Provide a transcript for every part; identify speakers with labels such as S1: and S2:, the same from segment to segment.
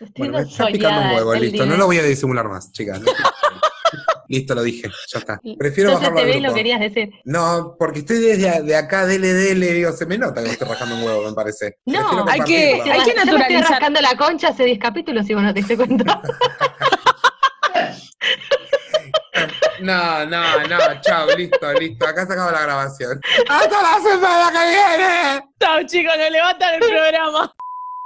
S1: Estoy bueno, me está picando un huevo, listo. Día.
S2: No lo voy a disimular más, chicas. No. listo, lo dije, ya está. Prefiero
S1: Entonces
S2: bajarlo
S1: te
S2: al
S1: ves
S2: grupo.
S1: lo querías decir.
S2: No, porque estoy desde de acá, dele, dele, digo, se me nota que me estoy rajando un huevo, me parece.
S1: No,
S2: Prefiero
S3: hay que-
S2: compartirlo.
S1: Se
S3: hay
S1: va-
S3: que
S1: yo me
S3: naturalizar.
S1: estoy rascando la concha hace 10 capítulos si vos no te diste cuenta.
S2: No, no, no, chao, listo, listo. Acá se acaba la grabación. ¡Hasta la semana que viene!
S3: Chao, chicos, nos levantan el programa.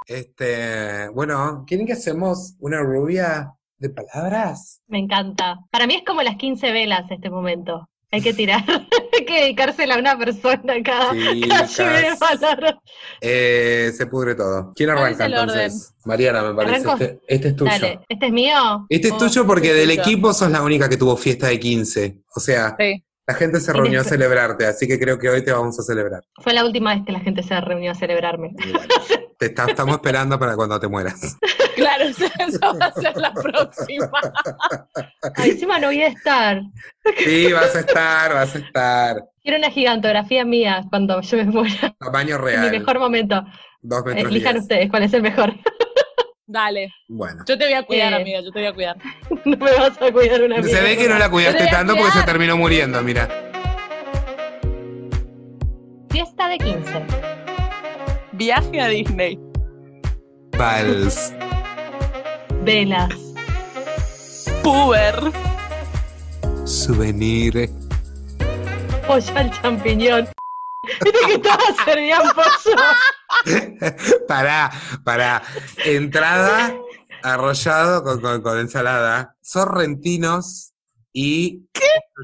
S2: Este, bueno, ¿quieren que hacemos una rubia de palabras?
S1: Me encanta. Para mí es como las 15 velas este momento. Hay que tirar, hay que dedicársela a una persona cada, cada lluvia de
S2: Chicas,
S1: palabras.
S2: eh, se pudre todo. ¿Quién
S3: ¿Cuál
S2: arranca
S3: es el orden?
S2: entonces? Mariana, me parece.
S1: Arranco.
S2: Este, este es tuyo.
S1: Dale, ¿este es mío?
S2: Este es
S3: Oh,
S2: tuyo porque
S3: este es
S2: del
S3: tuyo.
S2: equipo sos la única que tuvo fiesta de 15. O sea,
S3: Sí.
S2: la gente se reunió a
S1: Inesper-
S2: celebrarte, así que creo que hoy te vamos a celebrar.
S1: Fue la última vez que la gente se reunió a celebrarme.
S2: Igual. Te está- estamos esperando para cuando te mueras.
S3: Claro, esa va a ser la próxima.
S2: Ah,
S1: Ay, encima no voy a estar.
S2: Sí, vas a estar, vas a estar.
S1: Quiero una gigantografía mía cuando yo me muera.
S2: Tamaño
S1: en
S2: real.
S1: Mi mejor momento.
S2: Dos metros
S1: Elijan
S2: diez.
S1: ustedes cuál es el mejor.
S3: Dale,
S2: Bueno.
S3: yo te voy a cuidar,
S1: Eh.
S3: amiga, yo te voy a cuidar.
S1: No me vas a cuidar una
S2: Se ve
S1: mierda.
S2: que no la
S3: Yo
S2: cuidaste
S3: le voy a
S2: tanto porque se
S3: cuidar.
S2: terminó muriendo, mira.
S1: Fiesta de 15.
S3: Viaje a Disney.
S2: Vals.
S1: Velas.
S3: Puber.
S2: Souvenir.
S1: Pollo al champiñón. Viste que todas servían pollo.
S2: Pará, pará. Entrada, arrollado con, con- con ensalada, sorrentinos y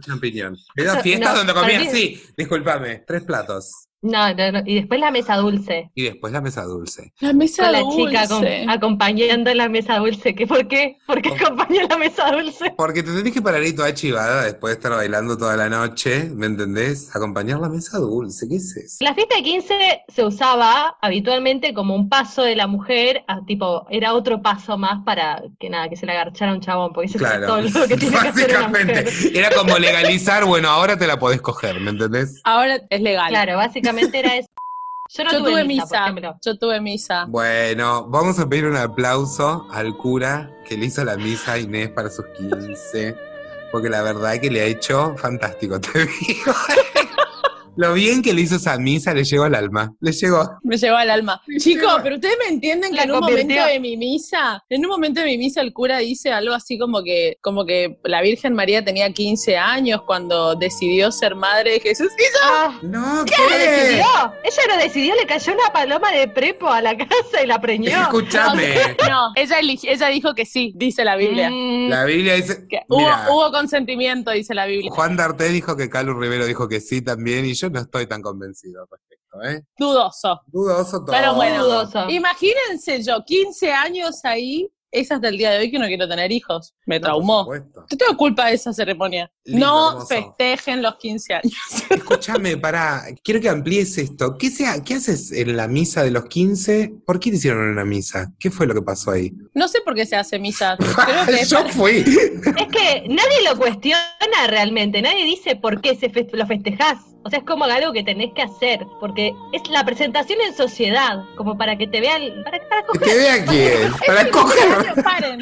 S2: champiñón. Era fiesta
S1: No,
S2: donde
S1: para
S2: comías,
S1: mí-
S2: sí, discúlpame. Tres platos.
S1: No, no, no. Y después la mesa dulce.
S2: Y después la mesa dulce.
S3: La mesa
S1: Con la chica acom- acompañando la mesa dulce. ¿Qué, ¿Por qué? ¿Por qué
S2: Com-
S1: acompaña la mesa dulce?
S2: Porque te tenés que parar ahí toda chivada después de estar bailando toda la noche, ¿me entendés? Acompañar la mesa dulce, ¿qué es eso?
S1: La fiesta de 15 se usaba habitualmente como un paso de la mujer, a, tipo, era otro paso más para que nada, que se le agarchara un chabón, porque eso es todo
S2: Claro,
S1: lo que tiene que hacer una
S2: básicamente.
S1: mujer.
S2: Era como legalizar, bueno, ahora te la podés coger, ¿me entendés?
S3: Ahora es legal.
S1: Claro, básicamente era eso. Yo no
S3: Yo
S1: tuve,
S3: tuve
S1: misa, por
S3: misa.
S1: ejemplo.
S3: Yo tuve misa.
S2: Bueno, vamos a pedir un aplauso al cura que le hizo la misa a Inés para sus 15. Porque la verdad que le ha hecho fantástico, te digo. Lo bien que le hizo esa misa le llegó al alma. Le llegó.
S3: Me llegó al alma. Chicos,
S2: llegó.
S3: pero ustedes me entienden que
S1: La
S3: en un
S1: convirtió.
S3: momento de mi misa, en un momento de mi misa el cura dice algo así como que, como que la Virgen María tenía 15 años cuando decidió ser madre de Jesús. Y yo,
S1: Ah,
S2: No,
S1: lo decidió.
S2: ¿qué?
S1: Ella lo decidió, le cayó una paloma de prepo a la casa y la preñó.
S2: Escúchame.
S3: no, ella, eligi- ella dijo que sí, dice la Biblia.
S1: Mm,
S2: La Biblia dice.
S3: Que
S2: Mira.
S3: hubo, hubo consentimiento, dice la Biblia.
S2: Juan D'Arté dijo que Calu Rivero dijo que sí también, y yo no estoy tan convencido al respecto, ¿eh?
S3: Dudoso.
S2: Dudoso todo.
S3: Pero bueno.
S1: dudoso.
S3: Imagínense yo, 15 años ahí, es hasta el día de hoy que no quiero tener hijos. Me
S2: No, por
S3: traumó.
S2: supuesto.
S3: Yo tengo culpa de esa ceremonia.
S2: Lindo,
S3: no
S2: hermoso.
S3: festejen los 15 años.
S2: Escúchame, pará, quiero que amplíes esto. ¿Qué, sea, ¿Qué haces en la misa de los 15? ¿Por qué te hicieron una misa? ¿Qué fue lo que pasó ahí?
S3: No sé por qué se hace misa. Creo que
S2: Yo fui.
S1: Es que nadie lo cuestiona realmente, nadie dice por qué se fe- lo festejás. O sea, es como algo que tenés que hacer, porque es la presentación en sociedad, como para que te vean, para, para
S2: Que
S1: coger.
S2: ¿Te vea quién? Para escoger.
S3: Paren, este paren,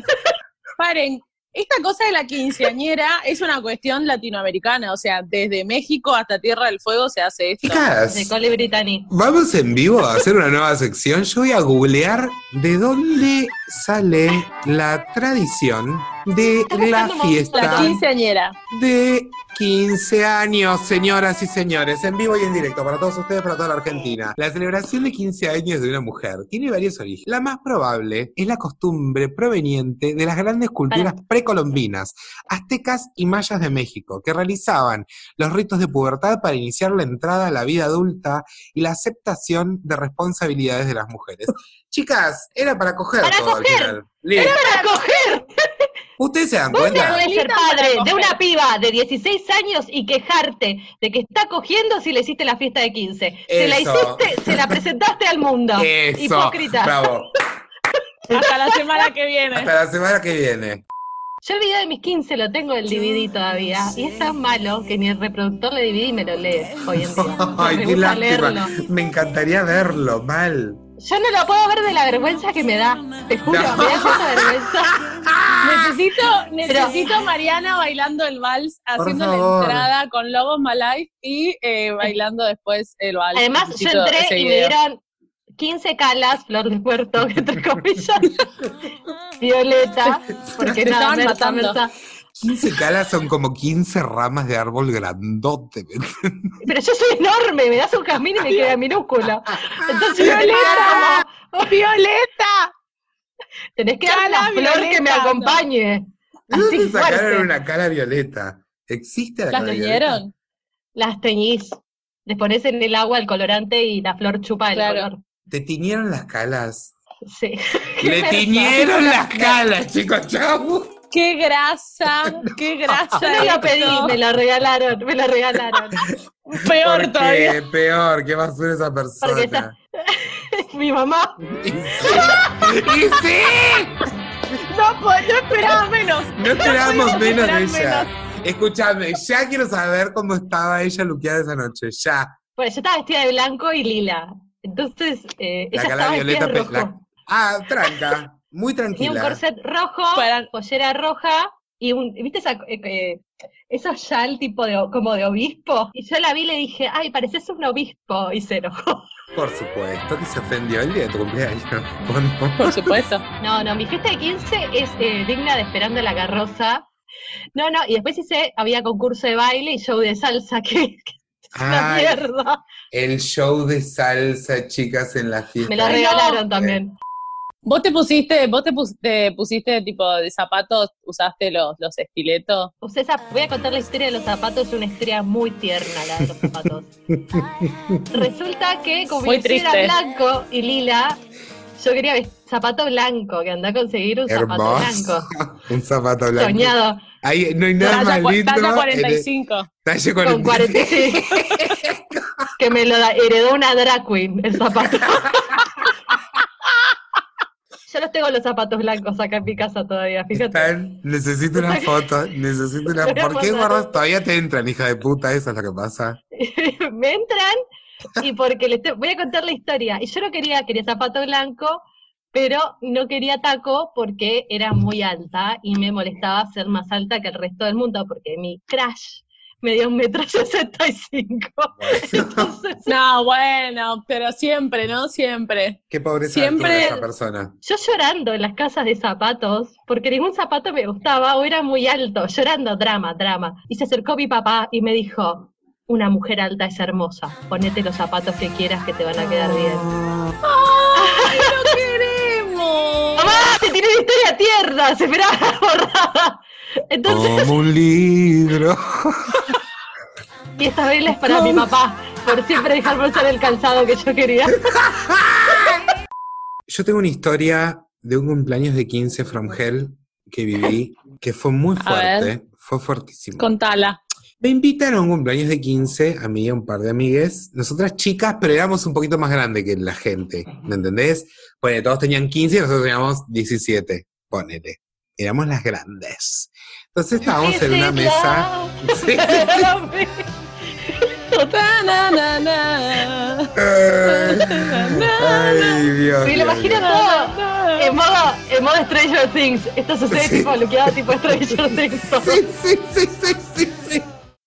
S3: paren. Esta cosa de la quinceañera es una cuestión latinoamericana, o sea, desde México hasta Tierra del Fuego se hace esto.
S1: De
S2: Chicas,
S1: Coli Brittany.
S2: vamos en vivo a hacer una nueva sección. Yo voy a googlear de dónde sale la tradición de la
S1: buscando
S3: La
S2: fiesta
S3: quinceañera.
S2: de 15 años, señoras y señores, en vivo y en directo, para todos ustedes, para toda la Argentina. La celebración de 15 años de una mujer tiene varios orígenes. La más probable es la costumbre proveniente de las grandes culturas precolombinas, aztecas y mayas de México, que realizaban los ritos de pubertad para iniciar la entrada a la vida adulta y la aceptación de responsabilidades de las mujeres. Chicas, era para coger
S1: Para
S2: todo al
S1: coger.
S2: final. Listo.
S1: ¡Para coger!
S2: ¿Ustedes se dan
S3: Vos
S2: cuenta?
S3: te
S1: Puedes ser
S3: Habilitan para
S1: padre de
S3: coger.
S1: una piba de 16 años y quejarte de que está cogiendo si le hiciste la fiesta de 15. Se la
S2: Eso.
S1: hiciste, se la presentaste al mundo.
S2: Eso.
S1: Hipócrita.
S2: Bravo.
S3: Hasta la semana que viene.
S2: Hasta la semana que viene.
S1: Yo el video de mis 15 lo tengo en DVD todavía y es tan malo que ni el reproductor de DVD me lo lee hoy en día.
S2: Ay,
S1: me
S2: qué
S1: gusta
S2: lástima.
S1: leerlo.
S2: Me encantaría verlo, mal.
S1: Yo no lo puedo ver de la vergüenza que me da, te juro,
S2: No.
S1: me da cosa vergüenza.
S3: Necesito,
S1: Ah,
S3: necesito a Mariana bailando el vals, haciendo la
S2: favor.
S3: entrada con Lobos Malay y eh, bailando después el vals.
S1: Además, yo
S3: Necesito ese
S1: entré y me
S3: video.
S1: dieron 15 calas, flor de puerto, entre comillas, violeta, porque
S3: Te
S1: nada,
S3: estaban
S1: Merta,
S3: matando.
S1: Merta.
S2: 15 calas son como 15 ramas de árbol grandote.
S1: Pero yo soy enorme, me das un jazmín y me queda minúscula. Entonces, Violeta,
S3: ¡Oh, Violeta!
S1: tenés que dar una
S3: Cala,
S1: flor que me
S3: Violeta, no.
S1: acompañe.
S2: ¿Dónde
S1: Así fuerte.
S2: sacaron una cara violeta? ¿Existe la
S3: ¿Las
S2: cara violeta?
S3: leyeron?
S1: Las teñís, les pones en el agua el colorante y la flor chupa el
S3: Claro.
S1: color.
S2: Te tiñeron las calas.
S1: Sí.
S2: Le
S1: vergüenza.
S2: tiñeron las calas, chicos, chau.
S3: ¡Qué grasa! ¡Qué grasa!
S1: Yo no
S3: esto!
S1: la pedí, me la regalaron, me la regalaron.
S3: Peor
S2: Porque
S3: todavía.
S2: Peor, qué basura esa
S1: Porque
S2: persona.
S1: está- Mi mamá.
S2: Y sí, y sí,
S3: No, po- no esperaba menos.
S2: no esperábamos
S3: podíamos
S2: menos de
S3: esperar
S2: ella. Escúchame, ya quiero saber cómo estaba ella luqueada esa noche, ya.
S1: Bueno, yo estaba vestida de blanco y lila. Entonces, eh, ella
S2: La cara
S1: estaba vestida
S2: violeta.
S1: de
S2: pe-
S1: rojo.
S2: la- Ah, tranca, muy
S1: Tenía un
S2: tranquila.
S1: corset rojo,
S3: Para-
S1: pollera roja y un, ¿viste esa, eh, eh, esos chal tipo de, o- como de obispo? Y yo la vi y le dije, ay, pareces un obispo. Y se enojó.
S2: Por supuesto que se ofendió el día de tu cumpleaños. ¿o no?
S3: Por supuesto.
S1: No, no, mi fiesta de 15 es eh, digna de Esperando la Carroza. No, no, y después hice, había concurso de baile y show de salsa, que, que es una
S2: Ay,
S1: mierda.
S2: el show de salsa, chicas, en la fiesta.
S1: Me la
S3: Ay, no.
S1: regalaron también.
S3: ¿Vos te pusiste, vos te pus- te pusiste tipo de zapatos, usaste los, los estiletos?
S1: Usted sa- voy a contar la historia de los zapatos, es una historia muy tierna la de los zapatos. Resulta que como
S3: Muy
S1: mi vestido era
S3: triste.
S1: blanco y lila, yo quería vest- zapato blanco, que andá a conseguir un zapato
S2: Hermoso.
S1: blanco.
S2: Un zapato blanco.
S1: Soñado,
S2: Ahí, no hay nada
S3: Talla,
S2: más
S3: cua-
S2: lindo.
S3: talla
S2: en el-
S3: 45.
S2: Talle
S1: con
S2: 45.
S1: 45. que me lo da- heredó una drag queen, el zapato. yo los tengo los zapatos blancos acá en mi casa todavía, fíjate.
S2: Están- necesito una foto, necesito una...
S1: Voy a
S2: ¿Por qué
S1: mandar.
S2: gordas todavía te entran, hija de puta? Eso es lo que pasa.
S1: me entran y porque les te- voy a contar la historia. Y yo no quería, quería zapato blanco, pero no quería taco porque era muy alta y me molestaba ser más alta que el resto del mundo porque mi crash me dio un metro sesenta y cinco. Entonces,
S3: No, bueno, pero siempre, ¿no? Siempre.
S2: Qué pobreza
S3: Siempre-
S2: de altura esa persona.
S1: yo llorando en las casas de zapatos porque ningún zapato me gustaba o era muy alto, llorando, drama, drama. Y se acercó mi papá y me dijo, una mujer alta es hermosa, ponete los zapatos que quieras que te van a quedar bien.
S3: ¡Ay, lo queremos!
S1: ¡Mamá! ¡Te tiene una historia tierna! Se esperaba borrada. Entonces,
S2: Como un libro.
S1: y esta vela es para mi papá, por siempre dejarme usar el calzado que yo quería.
S2: Yo tengo una historia de un cumpleaños de 15 from hell que viví, que fue muy
S3: A ver.
S2: fuerte, fue fuertísimo.
S3: Contala.
S2: Me invitan a un cumpleaños de 15, a mí y a un par de amigues. Nosotras chicas, pero éramos un poquito más grande que la gente, ¿me entendés? Bueno, todos tenían 15 y nosotros teníamos 17, ponele. Éramos las grandes. Entonces estábamos en una mesa... Sí,
S3: Na, na, na.
S2: Ay, Dios.
S1: Me lo
S2: Dios,
S1: imagino
S2: Dios.
S1: todo en modo, en modo Stranger Things. Esto sucede
S2: Sí.
S1: tipo bloqueado tipo Stranger Things. todo.
S2: Sí, sí, sí, sí, sí, sí.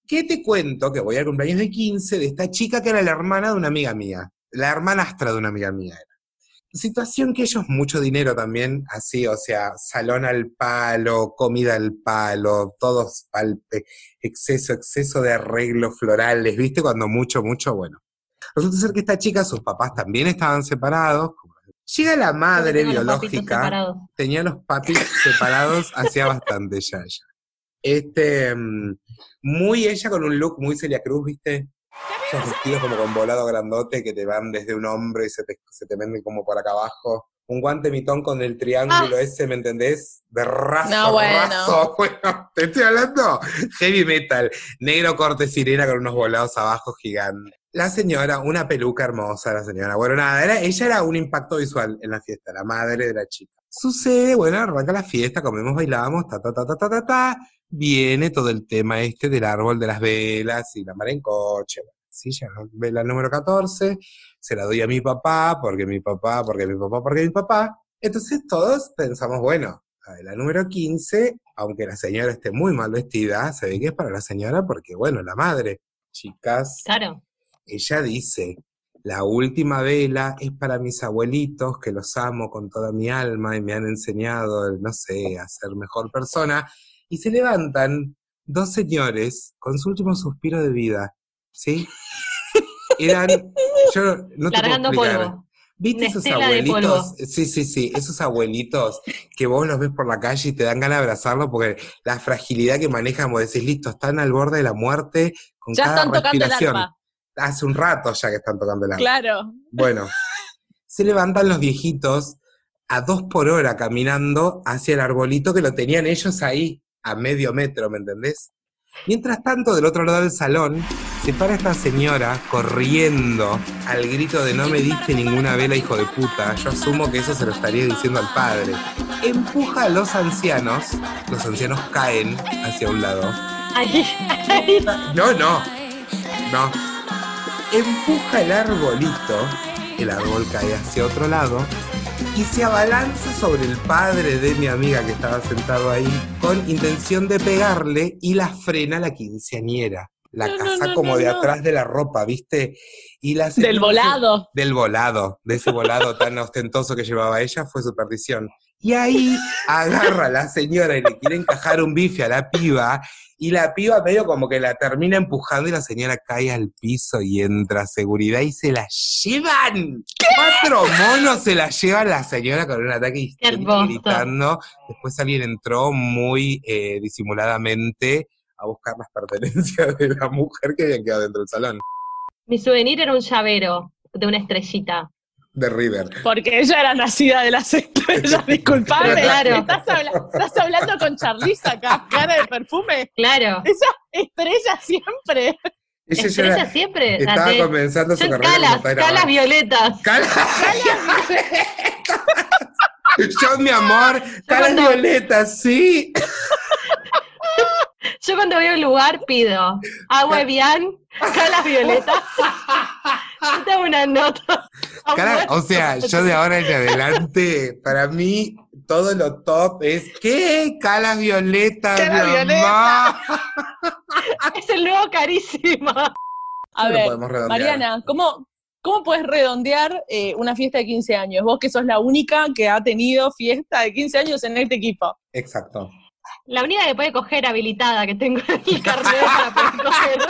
S2: ¿Qué te cuento? Que voy al cumpleaños de 15 de esta chica que era la hermana de una amiga mía. La hermanastra de una amiga mía era. Situación que ellos mucho dinero también, así, o sea, salón al palo, comida al palo, todos al pe- exceso, exceso de arreglos florales, ¿viste? Cuando mucho, mucho, bueno. Resulta ser que esta chica, sus papás también estaban separados. Llega la madre
S1: Tengo los papitos
S2: biológica
S1: separados.
S2: tenía los papis separados hacía bastante ya ella. Este, mm, muy ella con un look muy Celia Cruz, ¿viste? Esos vestidos como con volado grandote que te van desde un hombro y se te, se te venden como por acá abajo. Un guante mitón con el triángulo ese, ¿me entendés? De raso,
S3: Ah. No, bueno.
S2: raso. Bueno, te estoy hablando heavy metal. Negro corte sirena con unos volados abajo gigantes. La señora, una peluca hermosa, la señora. Bueno, nada, era- ella era un impacto visual en la fiesta, la madre de la chica. Sucede, bueno, arranca la fiesta, comemos, bailamos, ta, ta, ta, ta, ta, ta, ta. Viene todo el tema este del árbol de las velas y la mar en coche. Bueno, sí, ya, vela número 14, se la doy a mi papá, porque mi papá, porque mi papá, porque mi papá. Entonces todos pensamos, bueno, la de la número 15, aunque la señora esté muy mal vestida, se ve que es para la señora porque, bueno, la madre. Chicas,
S1: Claro.
S2: ella dice, la última vela es para mis abuelitos, que los amo con toda mi alma y me han enseñado, no sé, a ser mejor persona. Y se levantan dos señores con su último suspiro de vida, ¿sí? Eran, yo no- no te puedo
S1: Largando
S2: explicar.
S1: polvo.
S2: ¿Viste
S1: Una
S2: esos
S1: estela de
S2: abuelitos? Sí, sí, sí, esos abuelitos que vos los ves por la calle y te dan ganas de abrazarlos porque la fragilidad que manejan, vos decís, listo, están al borde de la muerte con
S3: Ya
S2: cada
S3: están tocando el
S2: respiración.
S3: arpa.
S2: Hace un rato ya que están tocando el arpa.
S3: Claro.
S2: Bueno, se levantan los viejitos a dos por hora caminando hacia el arbolito que lo tenían ellos ahí, a medio metro, ¿me entendés? Mientras tanto, del otro lado del salón, se para esta señora corriendo al grito de no me diste ninguna vela, hijo de puta. Yo asumo que eso se lo estaría diciendo al padre. Empuja a los ancianos, los ancianos caen hacia un lado.
S1: Ahí, ahí.
S2: No, no. No. Empuja el arbolito. El árbol cae hacia otro lado. Y se abalanza sobre el padre de mi amiga que estaba sentado ahí con intención de pegarle y la frena la quinceañera. La
S3: No, no,
S2: casa
S3: no,
S2: como
S3: no,
S2: de
S3: no.
S2: atrás de la ropa, ¿viste? Y la
S3: Del
S2: señora se-
S3: volado.
S2: del volado, de ese volado tan ostentoso que llevaba ella, fue su perdición. Y ahí agarra a la señora y le quiere encajar un bife a la piba, y la piba medio como que la termina empujando y la señora cae al piso y entra a seguridad y se la llevan. Cuatro monos se la llevan la señora con un ataque histérico
S1: hermoso.
S2: gritando. Después alguien entró muy eh, disimuladamente a buscar las pertenencias de la mujer que habían quedado dentro del salón,
S1: Mi souvenir era un llavero de una estrellita.
S2: de River.
S3: Porque ella era nacida de las estrellas, disculpame.
S1: Claro.
S3: Estás, habla- estás hablando con Charlize acá, cara de perfume.
S1: Claro.
S3: Esa estrella siempre.
S2: Ella ya
S1: Estrella
S2: era-
S1: siempre. la
S2: Estaba
S1: de-
S2: comenzando su
S1: Son
S2: carrera como
S1: calas,
S2: Tyra
S1: calas
S2: Banks.
S1: violetas.
S2: Calas violetas. Yo, mi amor, calas
S1: cuando-
S2: violetas, sí.
S1: Yo cuando voy a un lugar pido agua bien, calas violetas. Yo tengo una nota.
S2: Cara- o sea, yo de ahora en adelante, para mí, todo lo top es ¿qué? Calas violetas,
S3: Calas
S2: mi
S3: violetas.
S2: amor. ah.
S1: Es el nuevo carísimo.
S3: A
S2: Lo
S3: ver,
S2: podemos redondear.
S3: Mariana, ¿cómo, cómo puedes redondear eh, una fiesta de 15 años? Vos que sos la única que ha tenido fiesta de 15 años en este equipo.
S2: Exacto.
S1: La única que puede coger habilitada que tengo en el carnet para poder coger.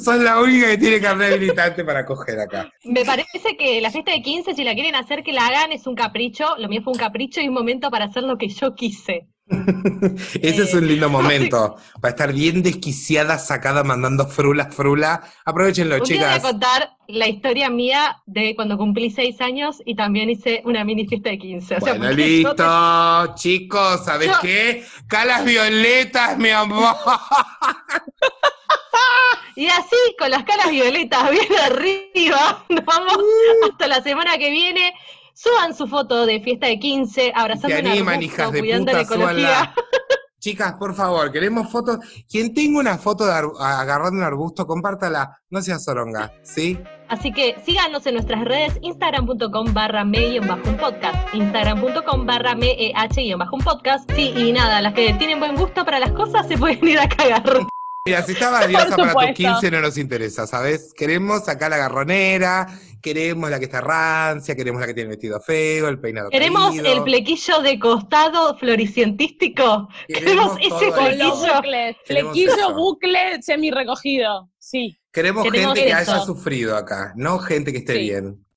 S2: Son la única que tiene carnet habilitante para coger acá.
S1: Me parece que la fiesta de 15, si la quieren hacer que la hagan, es un capricho. Lo mío fue un capricho y un momento para hacer lo que yo quise.
S2: Ese
S1: Eh,
S2: es un lindo momento. Para estar bien desquiciada, sacada, mandando frula, frula. Aprovechenlo,
S1: Un día voy a
S2: chicas.
S1: contar la historia mía de cuando cumplí 6 años y también hice una mini fiesta de 15. O sea,
S2: Bueno,
S1: porque yo
S2: listo, chicos, ¿sabes
S1: Yo-
S2: qué? Calas violetas, mi amor.
S1: te- Y así, con las caras violetas bien arriba, nos vamos
S2: Uh.
S1: hasta la semana que viene. Suban su foto de fiesta de 15, abrazando
S2: Se
S1: a un
S2: animan,
S1: arbusto,
S2: hijas de
S1: cuidando
S2: puta,
S1: la ecología.
S2: súbanla. Chicas, por favor, queremos fotos. Quien tenga una foto de ar- agarrando un arbusto, compártala. No sea soronga, ¿sí?
S1: Así que síganos en nuestras redes, instagram.com barra me bajo un podcast, instagram.com barra meh bajo un podcast. Sí, y nada, las que tienen buen gusto para las cosas se pueden ir a cagar.
S2: Mira, si estabas diosa para tus
S3: supuesto.
S2: 15 no nos interesa, ¿sabes? Queremos acá la garronera, queremos la que está rancia, queremos la que tiene el vestido feo, el peinado
S1: Queremos
S2: caído,
S1: el plequillo de costado floricientístico. Queremos ese
S2: todo
S3: Con los
S2: eso.
S1: Flequillo.
S3: bucles.
S2: Tenemos
S3: Flequillo,
S2: eso.
S3: bucle, semi recogido. Sí.
S2: Queremos
S1: Queremos
S2: gente que
S1: eso.
S2: haya sufrido acá, no gente que esté
S3: Sí.
S2: bien.